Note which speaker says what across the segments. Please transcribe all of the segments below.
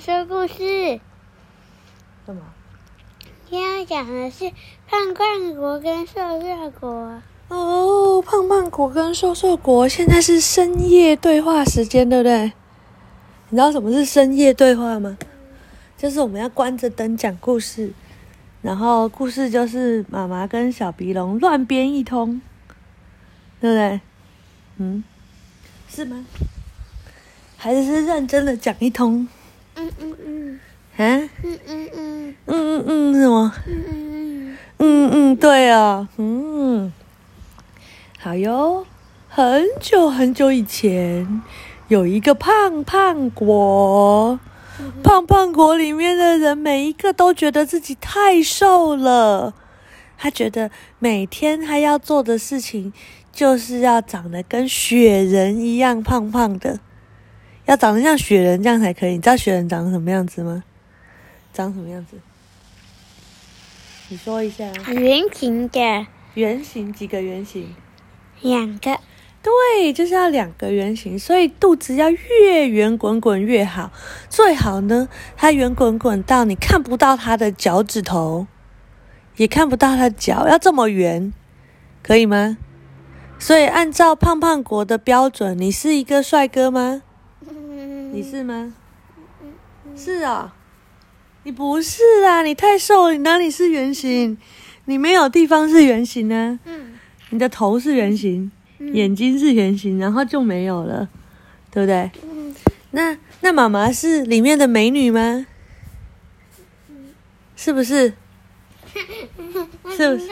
Speaker 1: 说故事。
Speaker 2: 干嘛？
Speaker 1: 今天要讲的是胖胖国跟瘦瘦国。
Speaker 2: 哦，胖胖果跟瘦瘦果现在是深夜对话时间，对不对？你知道什么是深夜对话吗？就是我们要关着灯讲故事，然后故事就是妈妈跟小鼻龙乱编一通，对不对？嗯，是吗？还是是认真的讲一通？
Speaker 1: 嗯嗯嗯
Speaker 2: 啊？嗯
Speaker 1: 嗯嗯嗯
Speaker 2: 嗯嗯，什么？
Speaker 1: 嗯嗯
Speaker 2: 嗯嗯，对啊，嗯，好哟。很久很久以前，有一个胖胖国，胖胖国里面的人每一个都觉得自己太瘦了。他觉得每天他要做的事情，就是要长得跟雪人一样胖胖的，要长得像雪人这样才可以。你知道雪人长什么样子吗？长什么样子？你说一下啊，
Speaker 1: 嗯，圆形的
Speaker 2: 圆形几个圆形？
Speaker 1: 两个，
Speaker 2: 对，就是要两个圆形，所以肚子要越圆滚滚越好。最好呢，它圆滚滚到你看不到它的脚趾头，也看不到它的脚，要这么圆，可以吗？所以按照胖胖国的标准，你是一个帅哥吗？
Speaker 1: 嗯
Speaker 2: 你是吗？是啊、你不是啊，你太瘦了，你哪里是圆形？你没有地方是圆形呢、
Speaker 1: 嗯
Speaker 2: 你的头是圆形。
Speaker 1: 嗯
Speaker 2: 眼睛是圆形，然后就没有了，对不对？
Speaker 1: 嗯
Speaker 2: 那那妈妈是里面的美女吗？是不是？是不是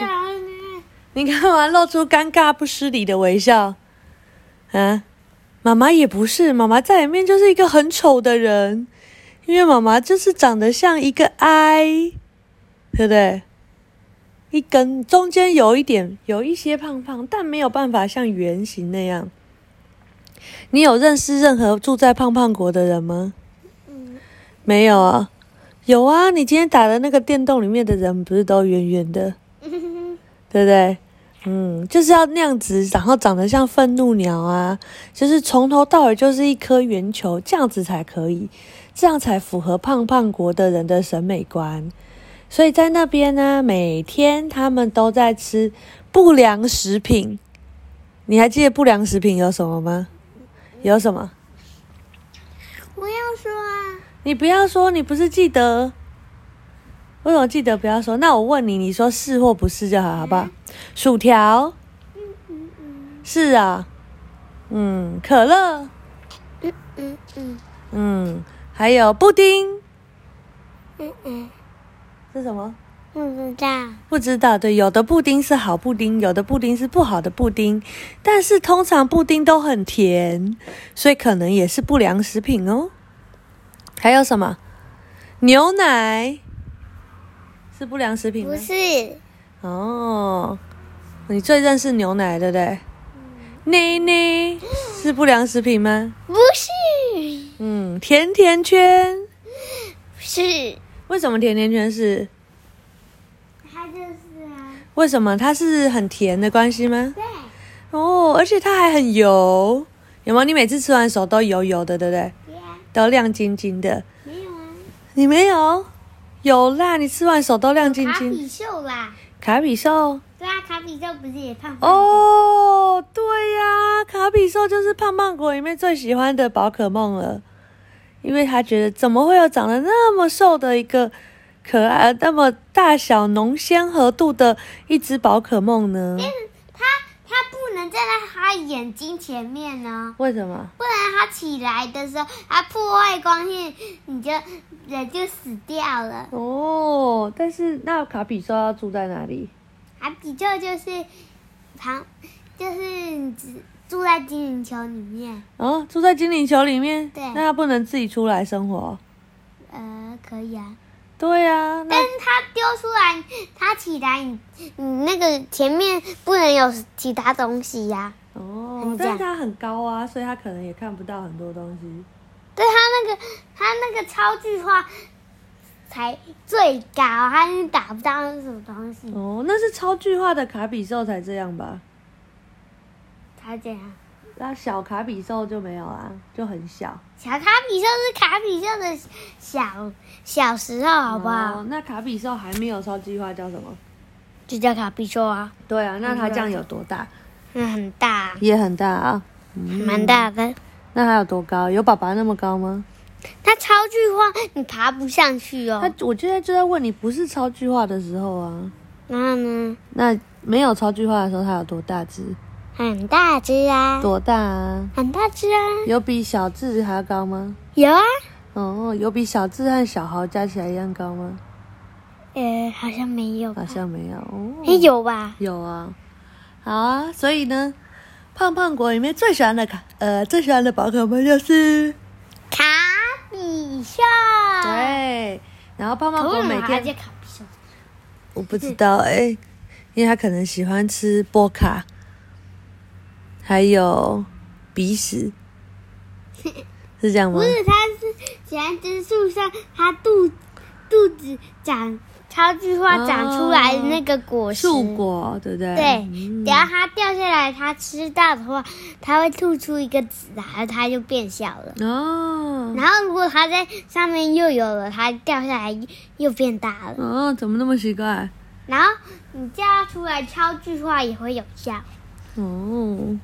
Speaker 2: 你干嘛露出尴尬不失礼的微笑？啊，妈妈也不是，妈妈在里面就是一个很丑的人，因为妈妈就是长得像一个 I，对不对？一根中间有一点，有一些胖胖，但没有办法像圆形那样。你有认识任何住在胖胖国的人吗？
Speaker 1: 嗯
Speaker 2: 没有啊，有啊。你今天打的那个电动里面的人不是都圆圆的？
Speaker 1: 嗯
Speaker 2: 对不对？嗯，就是要那样子，然后长得像愤怒鸟啊，就是从头到尾就是一颗圆球，这样子才可以，这样才符合胖胖国的人的审美观。所以在那边呢，每天他们都在吃不良食品。你还记得不良食品有什么吗？有什么？
Speaker 1: 我要说啊，
Speaker 2: 你不要说，你不是记得？为什么记得不要说？那我问你，你说是或不是就好，好不好？薯条。
Speaker 1: 嗯嗯
Speaker 2: 是啊，嗯，可乐，
Speaker 1: 嗯嗯嗯
Speaker 2: 嗯，还有布丁，
Speaker 1: 嗯嗯，
Speaker 2: 是什么？
Speaker 1: 不知道，
Speaker 2: 不知道，对，有的布丁是好布丁，有的布丁是不好的布丁，但是通常布丁都很甜，所以可能也是不良食品哦。还有什么？牛奶是不良食品吗
Speaker 1: 不？是，
Speaker 2: 哦，你最认识牛奶，对不对？奶奶是不良食品吗？
Speaker 1: 不是，
Speaker 2: 嗯，甜甜圈。
Speaker 1: 是，
Speaker 2: 为什么甜甜圈是？
Speaker 1: 他就是啊，
Speaker 2: 为什么它是很甜的关系吗？
Speaker 1: 对，
Speaker 2: 哦，而且它还很油，有没有？你每次吃完手都油油的，对不对？
Speaker 1: 对啊，
Speaker 2: 都亮晶晶的。
Speaker 1: 没有啊，
Speaker 2: 你没有？有啦，你吃完手都亮晶
Speaker 1: 卡
Speaker 2: 晶。
Speaker 1: 比兽啦。
Speaker 2: 卡比兽
Speaker 1: 对啊，卡比兽不是也胖胖？，
Speaker 2: 哦，对呀、卡比兽就是胖胖果里面最喜欢的宝可梦了，因为他觉得怎么会有长得那么瘦的一个可爱、那么大小浓鲜合度的一只宝可梦呢？
Speaker 1: 它它不能站在它眼睛前面呢，
Speaker 2: 为什么？
Speaker 1: 不然它起来的时候，它破坏光线，你就人就死掉了。
Speaker 2: 哦，但是那卡比兽要住在哪里？
Speaker 1: 卡比兽就是旁，就是你只住在精灵球里面，
Speaker 2: 哦，住在精灵球里面。
Speaker 1: 对
Speaker 2: 那它不能自己出来生活。
Speaker 1: 呃，可以啊。
Speaker 2: 对呀、那
Speaker 1: 但是它丢出来，它起来，你你那个前面不能有其他东西呀、
Speaker 2: 哦
Speaker 1: 很，
Speaker 2: 但
Speaker 1: 假
Speaker 2: 是它很高啊，所以它可能也看不到很多东西。
Speaker 1: 对它那个它那个超巨化才最高，它是打不到那什么东西。
Speaker 2: 哦，那是超巨化的卡比兽才这样吧？
Speaker 1: 他这样，
Speaker 2: 那小卡比兽就没有啦，就很小，
Speaker 1: 小卡比兽是卡比兽的小小时候，好不好？
Speaker 2: 哦那卡比兽还没有超计划叫什么？
Speaker 1: 就叫卡比兽啊，
Speaker 2: 对啊，那它这样有多大？嗯
Speaker 1: 那很大，
Speaker 2: 也很大啊。
Speaker 1: 蛮大的。
Speaker 2: 那它有多高？有爸爸那么高吗？
Speaker 1: 它超巨化，你爬不上去
Speaker 2: 它
Speaker 1: 哦。
Speaker 2: 我现在就在问你，不是超巨化的时候啊？
Speaker 1: 然后呢，
Speaker 2: 那没有超巨化的时候，它有多大只？
Speaker 1: 很大只啊，
Speaker 2: 多大啊？
Speaker 1: 很大只啊，
Speaker 2: 有比小智还要高吗？
Speaker 1: 有啊，
Speaker 2: 哦，有比小智和小豪加起来一样高吗？
Speaker 1: 呃，好像没有吧
Speaker 2: 好？像没有。哦，
Speaker 1: 哎，有吧？
Speaker 2: 有啊，好啊，所以呢，胖胖国里面最喜欢的卡，呃，最喜欢的宝可梦就是
Speaker 1: 卡比兽，，啊
Speaker 2: 对，然后胖胖
Speaker 1: 我
Speaker 2: 国每
Speaker 1: 每天叫
Speaker 2: 天
Speaker 1: 卡比兽，
Speaker 2: 我不知道哎、因为他可能喜欢吃波卡，还有鼻屎，是这样吗
Speaker 1: 不？是，它是喜欢吃树上它肚肚子长超巨化长出来的那个果实。
Speaker 2: 树果对不对？
Speaker 1: 对，
Speaker 2: 嗯
Speaker 1: 只要它掉下来，它吃到的话，它会吐出一个籽来，然后它就变小了。
Speaker 2: 哦
Speaker 1: 然后如果它在上面又有了，它掉下来又变大了。
Speaker 2: 哦，怎么那么奇怪？
Speaker 1: 然后你叫它出来敲句话也会有效。
Speaker 2: 哦，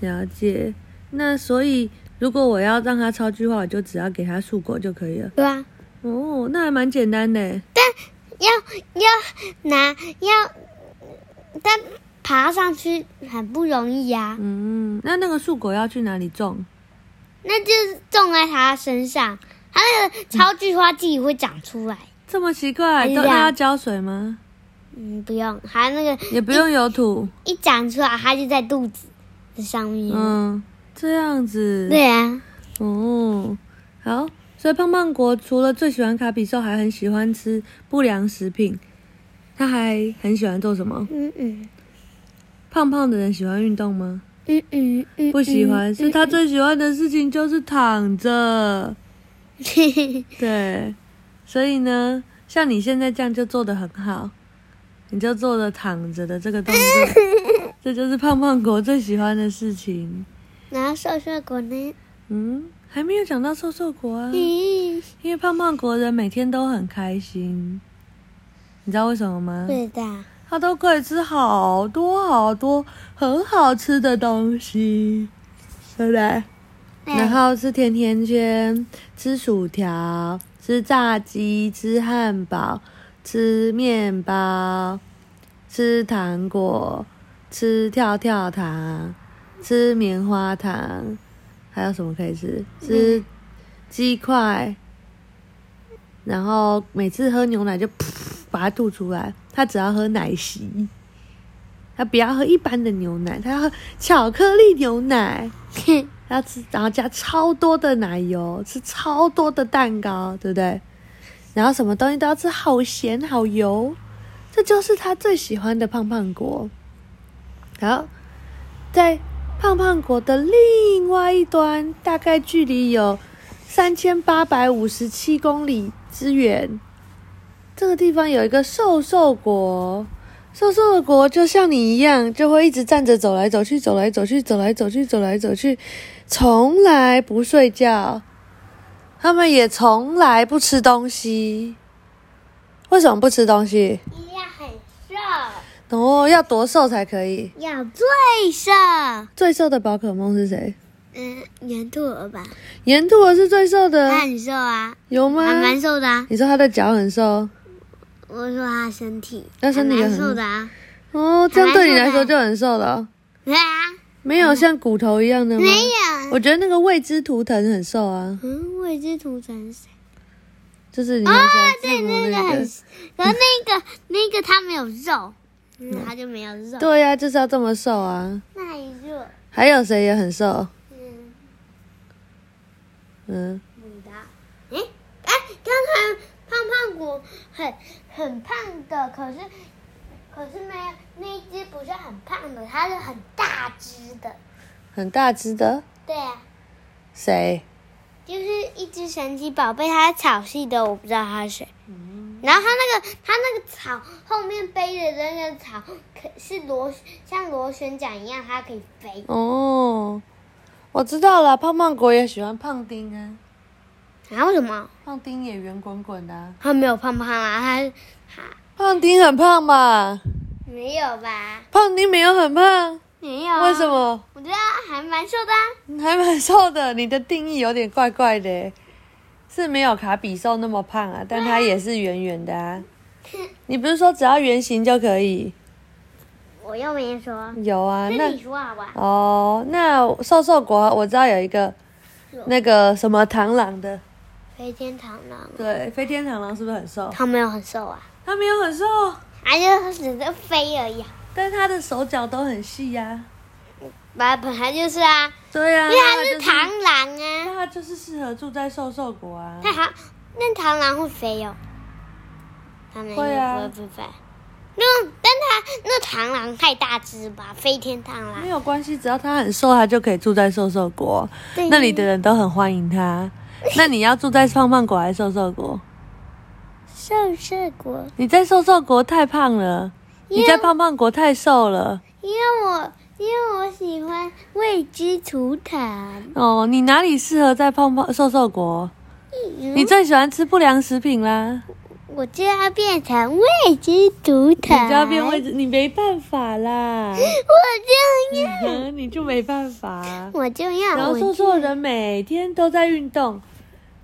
Speaker 2: 了解。那所以，如果我要让它超句话，我就只要给它树果就可以了。
Speaker 1: 对啊，
Speaker 2: 哦，那还蛮简单的。
Speaker 1: 但要要拿要，但爬上去很不容易啊。
Speaker 2: 嗯，那那个树果要去哪里种？
Speaker 1: 那就是种在它身上，它那个超句花自己会长出来。
Speaker 2: 这么奇怪，
Speaker 1: 哎
Speaker 2: 都
Speaker 1: 呀
Speaker 2: 那要浇水吗？
Speaker 1: 嗯，不用，它那个
Speaker 2: 也不用有土。
Speaker 1: 一长出来，它就在肚子的上面。
Speaker 2: 嗯，这样子。。
Speaker 1: 对啊，
Speaker 2: 哦，好。所以胖胖国除了最喜欢卡比兽，还很喜欢吃不良食品。他还很喜欢做什么？
Speaker 1: 嗯嗯
Speaker 2: 胖胖的人喜欢运动吗？
Speaker 1: 嗯嗯嗯，
Speaker 2: 不喜欢，所以 他最喜欢的事情就是躺着。
Speaker 1: 嗯。
Speaker 2: 对，所以呢，像你现在这样就做的很好，你就做了躺着的这个动作，这就是胖胖狗最喜欢的事情。
Speaker 1: 然后瘦瘦果呢？
Speaker 2: 嗯，还没有讲到瘦瘦国啊，
Speaker 1: 咦，
Speaker 2: 因为胖胖国人每天都很开心，你知道为什么吗
Speaker 1: 不？知道。
Speaker 2: 他都可以吃好多好多很好吃的东西，对不对？
Speaker 1: 哎
Speaker 2: 然 后吃甜甜圈，吃薯条，吃炸鸡，吃汉堡，吃面包，吃糖果，吃跳跳糖，吃棉花糖，还有什么可以吃？吃鸡块，然后每次喝牛奶就噗把它吐出来，他只要喝奶昔。他不要喝一般的牛奶，他要喝巧克力牛奶。
Speaker 1: 嘿
Speaker 2: 要吃，然后加超多的奶油，吃超多的蛋糕，对不对？然后什么东西都要吃好咸好油，这就是他最喜欢的胖胖国。好，在胖胖国的另外一端，大概距离有三千八百五十七公里之远，这个地方有一个瘦瘦国。瘦瘦的国就像你一样，就会一直站着走来走去，走来走去，走来走去，走来走去，从来不睡觉。他们也从来不吃东西。为什么不吃东西？
Speaker 1: 要很瘦，
Speaker 2: 哦，要多瘦才可以？
Speaker 1: 要最瘦。
Speaker 2: 最瘦的宝可梦是谁？
Speaker 1: 嗯，圆兔儿吧，
Speaker 2: 岩兔儿是最瘦的，
Speaker 1: 它很瘦啊，
Speaker 2: 有吗
Speaker 1: 还？蛮瘦的啊。
Speaker 2: 你说它的脚很瘦
Speaker 1: 我说它身体，
Speaker 2: 它身体
Speaker 1: 还
Speaker 2: 很
Speaker 1: 蛮瘦的啊。
Speaker 2: 哦，这样对你
Speaker 1: 还
Speaker 2: 来
Speaker 1: 蛮
Speaker 2: 说
Speaker 1: 瘦的
Speaker 2: 就很瘦了哦，
Speaker 1: 对啊，
Speaker 2: 没有像骨头一样的吗？
Speaker 1: 没有。
Speaker 2: 我觉得那个未知图腾很瘦啊，
Speaker 1: 嗯，未知图腾是谁？啊
Speaker 2: 就是你很喜欢
Speaker 1: 哦
Speaker 2: 字
Speaker 1: 对，
Speaker 2: 母
Speaker 1: 那个
Speaker 2: 那
Speaker 1: 很
Speaker 2: 个。，
Speaker 1: 然后那个那个它没有肉，嗯，它就没有肉。
Speaker 2: 对呀、就是要这么瘦啊！
Speaker 1: 那一个，
Speaker 2: 还有谁也很瘦？
Speaker 1: 嗯，
Speaker 2: 嗯，
Speaker 1: 女的。哎哎，刚才胖胖果很很胖的，可是可是没有那一只不是很胖的，它是很大只的。
Speaker 2: 很大只的
Speaker 1: 对啊，
Speaker 2: 谁？
Speaker 1: 就是一只神奇宝贝，它是草系的，我不知道它是谁。然后它那个它那个草后面背的那个草，可是螺旋像螺旋桨一样，它可以飞。
Speaker 2: 哦，我知道了，胖胖果也喜欢胖丁啊，
Speaker 1: 啊？为什么？
Speaker 2: 胖丁也圆滚滚的、啊，
Speaker 1: 他没有胖胖啊，他他
Speaker 2: 胖丁很胖吧？
Speaker 1: 没有吧？
Speaker 2: 胖丁没有很胖，
Speaker 1: 没有。啊
Speaker 2: 为什？么？
Speaker 1: 我觉得还蛮瘦的、啊。
Speaker 2: 你还蛮瘦的，你的定义有点怪怪的欸，是没有卡比兽那么胖啊，但它也是圆圆的啊。你不是说只要圆形就可以？
Speaker 1: 我又没说，
Speaker 2: 有啊，
Speaker 1: 是
Speaker 2: 那
Speaker 1: 你说好吧？
Speaker 2: 哦，那瘦瘦果我知道有一个
Speaker 1: 有
Speaker 2: 那个什么螳螂的，
Speaker 1: 飞天螳螂，啊
Speaker 2: 对，飞天螳螂是不是很瘦？
Speaker 1: 它没有很瘦啊，
Speaker 2: 它没有很瘦，
Speaker 1: 它就只是飞而已、啊。
Speaker 2: 但它的手脚都很细呀、
Speaker 1: 本本来就是啊，
Speaker 2: 对
Speaker 1: 因
Speaker 2: 呀、啊，
Speaker 1: 为它是
Speaker 2: 就是
Speaker 1: 螳螂啊。
Speaker 2: 那它就是适合住在瘦瘦国啊。
Speaker 1: 那好，那螳螂会飞哦？螳螂
Speaker 2: 会啊
Speaker 1: 也不会飞。那但它那螳螂太大只吧？飞天螳
Speaker 2: 没
Speaker 1: 螂。
Speaker 2: 有关系，只要它很瘦，它就可以住在瘦瘦国，
Speaker 1: 对
Speaker 2: 那里的人都很欢迎它。那你要住在胖胖国还是瘦瘦国？
Speaker 1: 瘦瘦果，
Speaker 2: 你在瘦瘦国太胖了，
Speaker 1: 因为
Speaker 2: 你在胖胖国太瘦了。
Speaker 1: 因为我因为我喜欢未知图坦。
Speaker 2: 哦，你哪里适合在胖胖瘦瘦国？
Speaker 1: 嗯
Speaker 2: 你最喜欢吃不良食品啦，
Speaker 1: 我就要变成未知图
Speaker 2: 你
Speaker 1: 坦。
Speaker 2: 就要变位置，你没办法 啦，嗯
Speaker 1: 我就要，
Speaker 2: 你就没办法。
Speaker 1: 我就要。
Speaker 2: 然后
Speaker 1: 我
Speaker 2: 瘦瘦的人每天都在运动，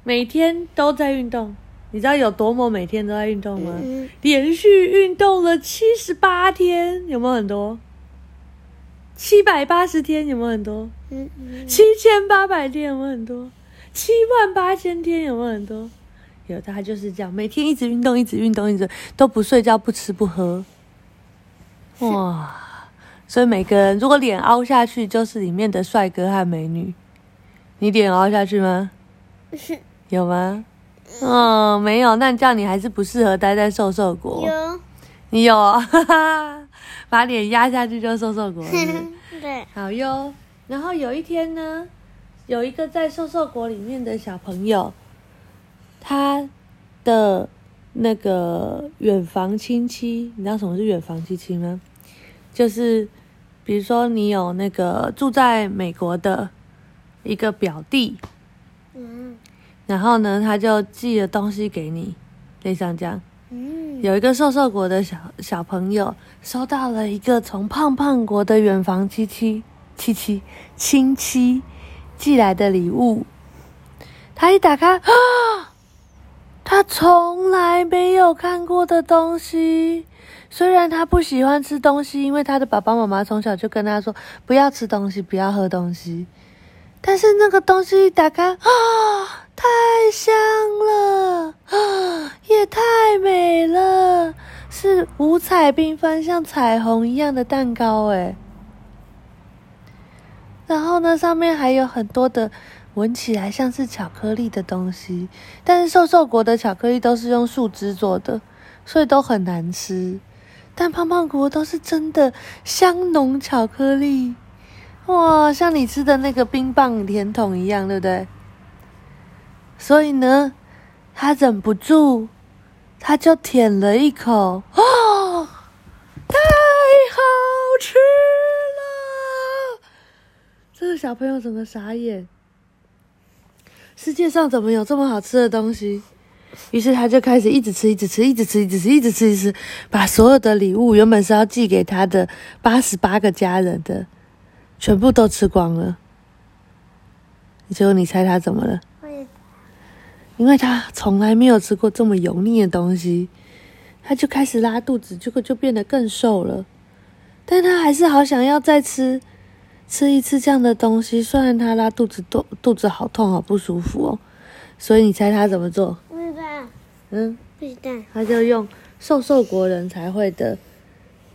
Speaker 2: 每天都在运动，你知道有多么每天都在运动吗？
Speaker 1: 嗯
Speaker 2: 连续运动了七十八天，有没有很多？七百八十天有没有很多？
Speaker 1: 嗯嗯
Speaker 2: 七千八百天有没有很多？七万八千天有没有很多？有，他就是这样，每天一直运动，一直运动，一直都不睡觉，不吃不喝。哇！所以每个人如果脸凹下去，就是里面的帅哥和美女。你脸凹下去吗？
Speaker 1: 嗯
Speaker 2: 有吗？嗯，没有。那这样你还是不适合待在瘦瘦国。
Speaker 1: 有，
Speaker 2: 你有哦，哈哈，把脸压下去就瘦瘦 国。是不是
Speaker 1: 对，
Speaker 2: 好哟。然后有一天呢，有一个在瘦瘦国里面的小朋友，他的那个远房亲戚，你知道什么是远房亲戚吗？就是比如说你有那个住在美国的一个表弟，
Speaker 1: 嗯
Speaker 2: 然后呢他就寄了东西给你，类似像这样。
Speaker 1: 嗯，
Speaker 2: 有一个瘦瘦国的小小朋友收到了一个从胖胖国的远房七七七七亲戚寄来的礼物，他一打开 啊，他从来没有看过的东西。虽然他不喜欢吃东西，因为他的爸爸妈妈从小就跟他说不要吃东西，不要喝东西，但是那个东西一打开啊，太香了啊，也太美了，是五彩缤纷像彩虹一样的蛋糕哎。然后呢，上面还有很多的闻起来像是巧克力的东西，但是瘦瘦国的巧克力都是用树枝做的，所以都很难吃。但胖胖国都是真的香浓巧克力。哇，像你吃的那个冰棒甜筒一样，对不对？所以呢，他忍不住，他就舔了一口，哦，太好吃了！这个小朋友整个傻眼，世界上怎么有这么好吃的东西？于是他就开始一直吃，一直吃，一直吃，一直吃，一直吃，一直吃，把所有的礼物原本是要寄给他的八十八个家人的，全部都吃光了。结果你猜他怎么了？
Speaker 1: 会
Speaker 2: 因为他从来没有吃过这么油腻的东西，他就开始拉肚子，结果就变得更瘦了。但他还是好想要再吃吃一次这样的东西，虽然他拉肚子肚肚子好痛，好不舒服哦。所以你猜他怎么做？
Speaker 1: 会吧？
Speaker 2: 嗯，
Speaker 1: 不知道。
Speaker 2: 他就用瘦瘦国人才会的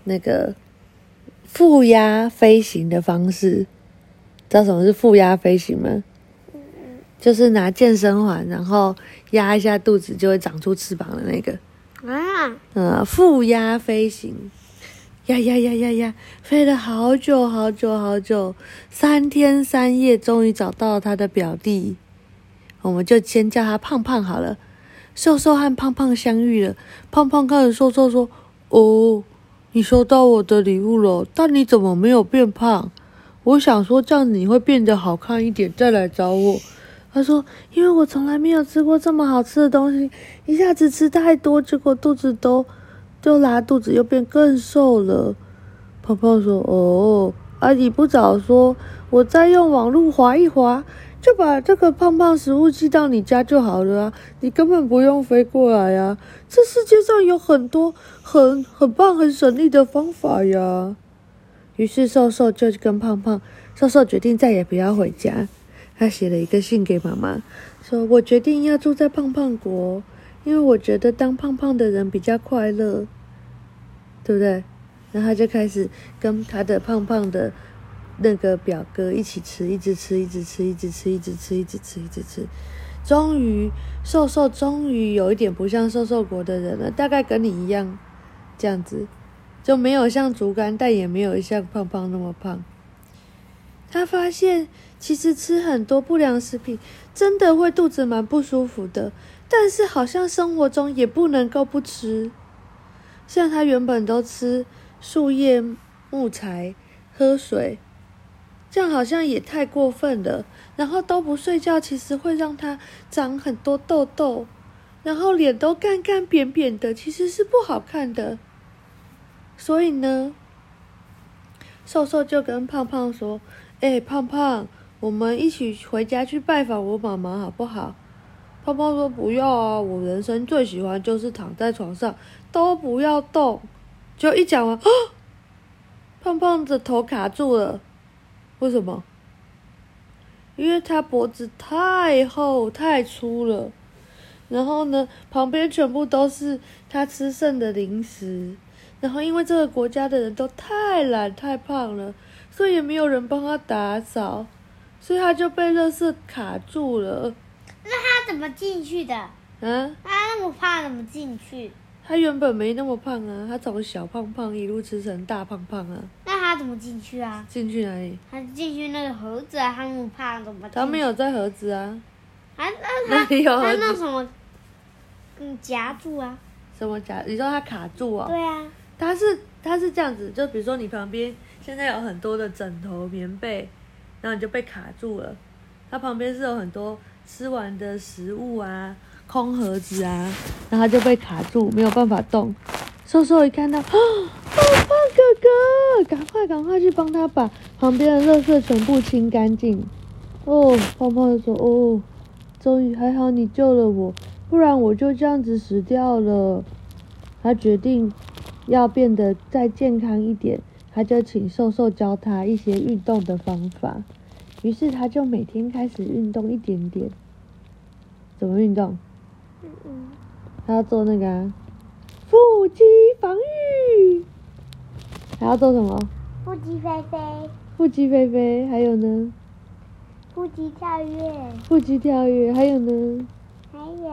Speaker 2: 那个负压飞行的方式。知道什么是负压飞行吗？就是拿健身环，然后压一下肚子就会长出翅膀的那个。
Speaker 1: 啊，
Speaker 2: 呃，负压飞行，呀呀呀呀呀，飞了好久好久好久，三天三夜，终于找到了他的表弟，我们就先叫他胖胖好了。瘦瘦和胖胖相遇了，胖胖看着瘦瘦说：“哦，你收到我的礼物了，但你怎么没有变胖？”我想说这样子你会变得好看一点，再来找我。他说，因为我从来没有吃过这么好吃的东西，一下子吃太多，结果肚子都就拉肚子，又变更瘦了。胖胖说，哦，啊你不早说，我再用网络划一划，就把这个胖胖食物寄到你家就好了啊，你根本不用飞过来啊。这世界上有很多很很棒、很省力的方法呀。于是瘦瘦就跟胖胖，瘦瘦决定再也不要回家。他写了一个信给妈妈，说：“我决定要住在胖胖国，因为我觉得当胖胖的人比较快乐，对不对？”然后他就开始跟他的胖胖的那个表哥一起吃，一直吃，一直吃，一直吃，一直吃，一直吃，一直吃。终于，瘦瘦终于有一点不像瘦瘦国的人了，大概跟你一样，这样子，就没有像竹竿，但也没有像胖胖那么胖。他发现，其实吃很多不良食品真的会肚子蛮不舒服的，但是好像生活中也不能够不吃。像他原本都吃树叶、木材、喝水，这样好像也太过分了。然后都不睡觉，其实会让他长很多痘痘，然后脸都干干扁扁的，其实是不好看的。所以呢，瘦瘦就跟胖胖说：“哎、胖胖，我们一起回家去拜访我妈妈好不好？”胖胖说：“不要啊，我人生最喜欢就是躺在床上，都不要动。”就一讲完，啊 胖胖的头卡住了，为什么？因为他脖子太厚太粗了，然后呢，旁边全部都是他吃剩的零食，然后因为这个国家的人都太懒太胖了，所以也没有人帮他打扫，所以他就被垃圾卡住了。
Speaker 1: 他怎么进去的？
Speaker 2: 啊，
Speaker 1: 他那么胖，怎么进去？
Speaker 2: 他原本没那么胖啊，他从小胖胖一路吃成大胖胖啊，
Speaker 1: 那他怎么进去啊？
Speaker 2: 进去哪里？
Speaker 1: 他进去那个盒子啊，他那么胖，怎么进去？
Speaker 2: 他没有在盒子啊，
Speaker 1: 啊，那
Speaker 2: 哪
Speaker 1: 他
Speaker 2: 里有
Speaker 1: 他
Speaker 2: 盒
Speaker 1: 弄
Speaker 2: 子？
Speaker 1: 什么？嗯，夹住啊。
Speaker 2: 什么夹？你说他卡住哦？
Speaker 1: 对啊，
Speaker 2: 它是它是这样子，就比如说你旁边现在有很多的枕头、棉被，然后你就被卡住了。它旁边是有很多吃完的食物啊、空盒子啊，然后它就被卡住，没有办法动。瘦瘦一看到，啊，胖胖哥哥，赶快赶快去帮他把旁边的垃圾全部清干净。哦，胖胖就说，哦，终于还好你救了我，不然我就这样子死掉了。他决定要变得再健康一点，他就请瘦瘦教他一些运动的方法。于是他就每天开始运动一点点。怎么运动？
Speaker 1: 嗯嗯，
Speaker 2: 他要做那个、啊、腹肌防御，还要做什么？
Speaker 1: 腹肌飞飞，
Speaker 2: 腹肌飞飞，还有呢？
Speaker 1: 腹肌跳跃，
Speaker 2: 腹肌跳跃，还有呢？
Speaker 1: 还有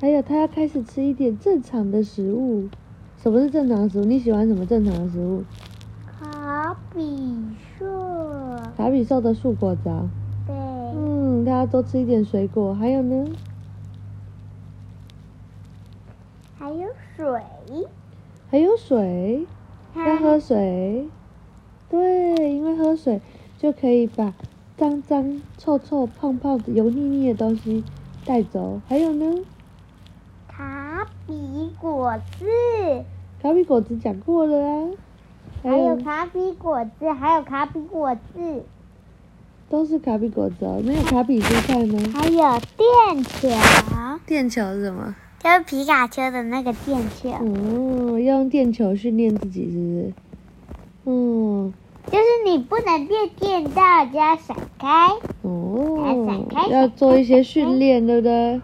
Speaker 2: 还有他要开始吃一点正常的食物。什么是正常的食物？你喜欢什么正常的食物？
Speaker 1: 卡比说，
Speaker 2: 卡比兽的树果子啊。
Speaker 1: 对，
Speaker 2: 嗯，大家多吃一点水果。还有呢，
Speaker 1: 还有水，
Speaker 2: 还有水，要喝水。对，因为喝水就可以把脏脏、臭臭、胖胖的、油腻腻的东西带走。还有呢，
Speaker 1: 卡比果子，
Speaker 2: 卡比果子讲过了啊。还
Speaker 1: 还有
Speaker 2: 有
Speaker 1: 卡比果子，还有卡比果子，
Speaker 2: 都是卡比果子哦，没有卡比蔬菜吗？
Speaker 1: 还有电球，
Speaker 2: 电球是什么？
Speaker 1: 就是皮卡丘的那个电球，
Speaker 2: 哦，要用电球训练自己是不是？嗯，
Speaker 1: 就是你不能被电到就要闪开。
Speaker 2: 哦
Speaker 1: 开始开，始
Speaker 2: 要做一些训练，对不对？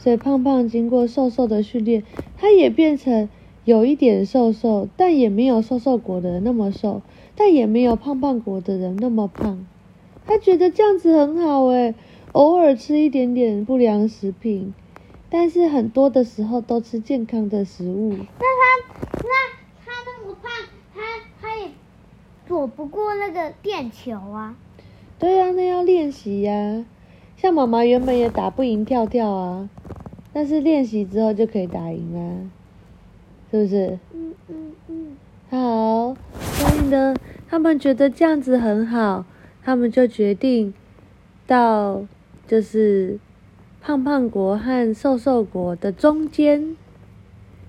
Speaker 2: 所以胖胖经过瘦瘦的训练，他也变成有一点瘦瘦，但也没有瘦瘦果的人那么瘦，但也没有胖胖果的人那么胖。他觉得这样子很好诶，偶尔吃一点点不良食品，但是很多的时候都吃健康的食物。
Speaker 1: 那他那他那么胖，他他也躲不过那个电球啊。
Speaker 2: 对啊，那要练习呀、像妈妈原本也打不赢跳跳啊，但是练习之后就可以打赢啊，是不是？
Speaker 1: 嗯嗯嗯，
Speaker 2: 好，所以呢，他们觉得这样子很好，他们就决定到就是胖胖国和瘦瘦国的中间，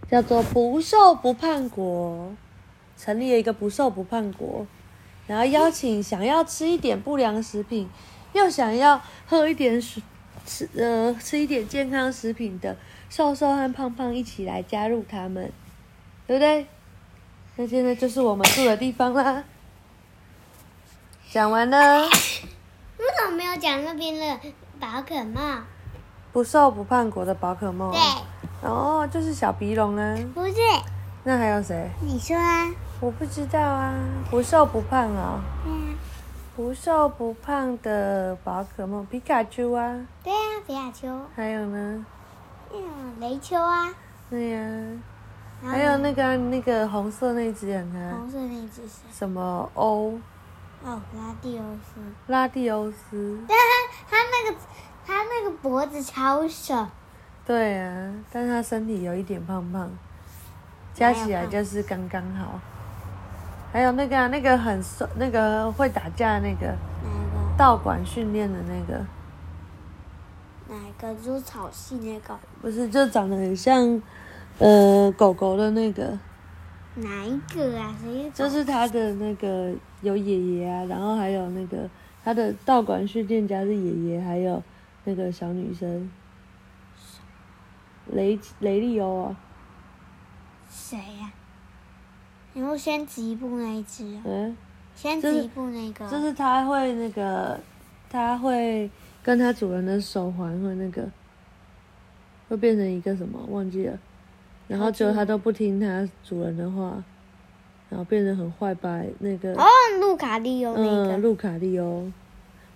Speaker 2: 叫做不瘦不胖国，成立了一个不瘦不胖国，然后邀请想要吃一点不良食品，又想要喝一点水。吃呃吃一点健康食品的瘦瘦和胖胖一起来加入他们，对不对？那现在就是我们住的地方啦。讲完了，
Speaker 1: 你怎么没有讲那边的宝可梦？
Speaker 2: 不瘦不胖国的宝可梦。
Speaker 1: 对，
Speaker 2: 哦，就是小鼻龙啊。
Speaker 1: 不是，
Speaker 2: 那还有谁？
Speaker 1: 你说啊？
Speaker 2: 我不知道啊。不瘦不胖啊、
Speaker 1: 对啊，
Speaker 2: 不瘦不胖的宝可梦皮卡丘啊，
Speaker 1: 对啊，皮卡丘，
Speaker 2: 还有呢？
Speaker 1: 嗯，雷丘啊，
Speaker 2: 对呀、
Speaker 1: 然后
Speaker 2: 还有那个啊那个红色那只很啊，
Speaker 1: 红色那只是
Speaker 2: 什么欧
Speaker 1: 奥格拉蒂欧斯，
Speaker 2: 拉蒂欧斯？
Speaker 1: 但他他那个他那个脖子超瘦，
Speaker 2: 对啊，但他身体有一点胖胖，加起来就是刚刚好。还有那个啊、那个很瘦，那个会打架那个
Speaker 1: 哪
Speaker 2: 道馆训练的那个，
Speaker 1: 个哪个猪草系那个
Speaker 2: 不是就长得很像呃狗狗的那个，
Speaker 1: 哪一个啊？谁
Speaker 2: 就
Speaker 1: 就是
Speaker 2: 他的那个有爷爷啊，然后还有那个他的道馆训练家是爷爷，还有那个小女生雷雷利欧啊，
Speaker 1: 谁呀、然后先一步那一只啊，
Speaker 2: 嗯。
Speaker 1: 先一步那个，
Speaker 2: 就是它会那个，它会跟它主人的手环会那个，会变成一个什么忘记了，然后结果它都不听它主人的话，然后变得很坏吧？那个，
Speaker 1: 哦，路卡利欧那个，
Speaker 2: 嗯，路卡利欧，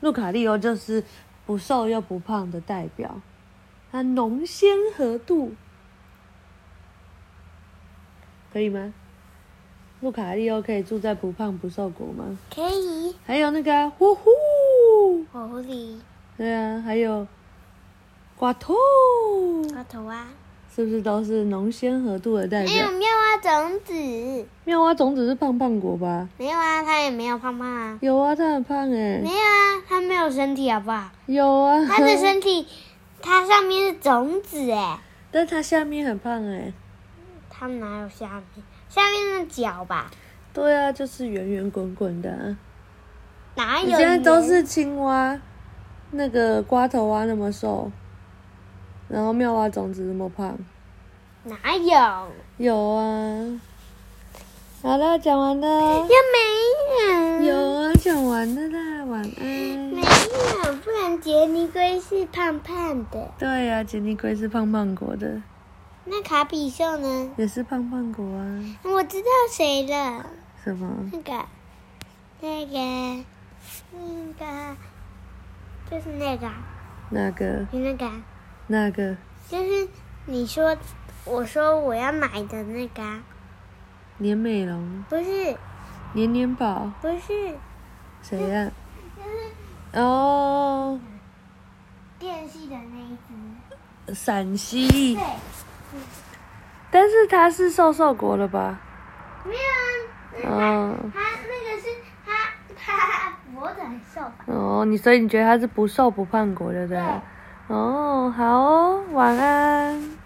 Speaker 2: 路卡利欧就是不瘦又不胖的代表，它浓鲜和度，可以吗？路卡利欧可以住在不胖不瘦国吗？
Speaker 1: 可以，
Speaker 2: 还有那个啊呼呼，
Speaker 1: 火狐狸，
Speaker 2: 对啊，还有寡头，
Speaker 1: 高头啊，
Speaker 2: 是不是都是浓鲜和度的代
Speaker 1: 没有
Speaker 2: 表？
Speaker 1: 妙蛙种子，
Speaker 2: 妙蛙种子是胖胖果吧？
Speaker 1: 没有啊，它也没有胖胖啊，
Speaker 2: 有啊，它很胖哎、
Speaker 1: 没有啊，它没有身体好不好？
Speaker 2: 有啊，
Speaker 1: 它的身体，它上面是种子哎，
Speaker 2: 但它下面很胖哎、
Speaker 1: 它哪有下面？下面是脚吧？
Speaker 2: 对啊，就是圆圆滚滚的、啊。
Speaker 1: 哪
Speaker 2: 你
Speaker 1: 有？
Speaker 2: 现在都是青蛙，那个瓜头蛙那么瘦，然后妙蛙种子那么胖，
Speaker 1: 哪有？
Speaker 2: 有啊。好了，讲完了。
Speaker 1: 又没有，
Speaker 2: 有啊，讲完了啦，晚安。
Speaker 1: 没有，不然杰尼龟是胖胖的，
Speaker 2: 对呀、杰尼龟是胖胖国的，
Speaker 1: 那卡比兽呢？
Speaker 2: 也是胖胖国啊。
Speaker 1: 我知道谁了，
Speaker 2: 什么？
Speaker 1: 那个，那个，那个，就是那个，
Speaker 2: 那个？
Speaker 1: 就那个，啊
Speaker 2: 那个？
Speaker 1: 就是你说，我说我要买的那个啊，
Speaker 2: 年美容？
Speaker 1: 不是，
Speaker 2: 年年宝？
Speaker 1: 不是，
Speaker 2: 谁呀、哦，
Speaker 1: 电系的那一只，
Speaker 2: 陕西
Speaker 1: 对，。
Speaker 2: 但是它是瘦瘦国了吧？
Speaker 1: 没有啊，
Speaker 2: 哦
Speaker 1: 它那个是它，它脖子很瘦吧？
Speaker 2: 哦，你所以你觉得它是不瘦不胖国，对不对？
Speaker 1: 对
Speaker 2: 哦，好哦，晚安。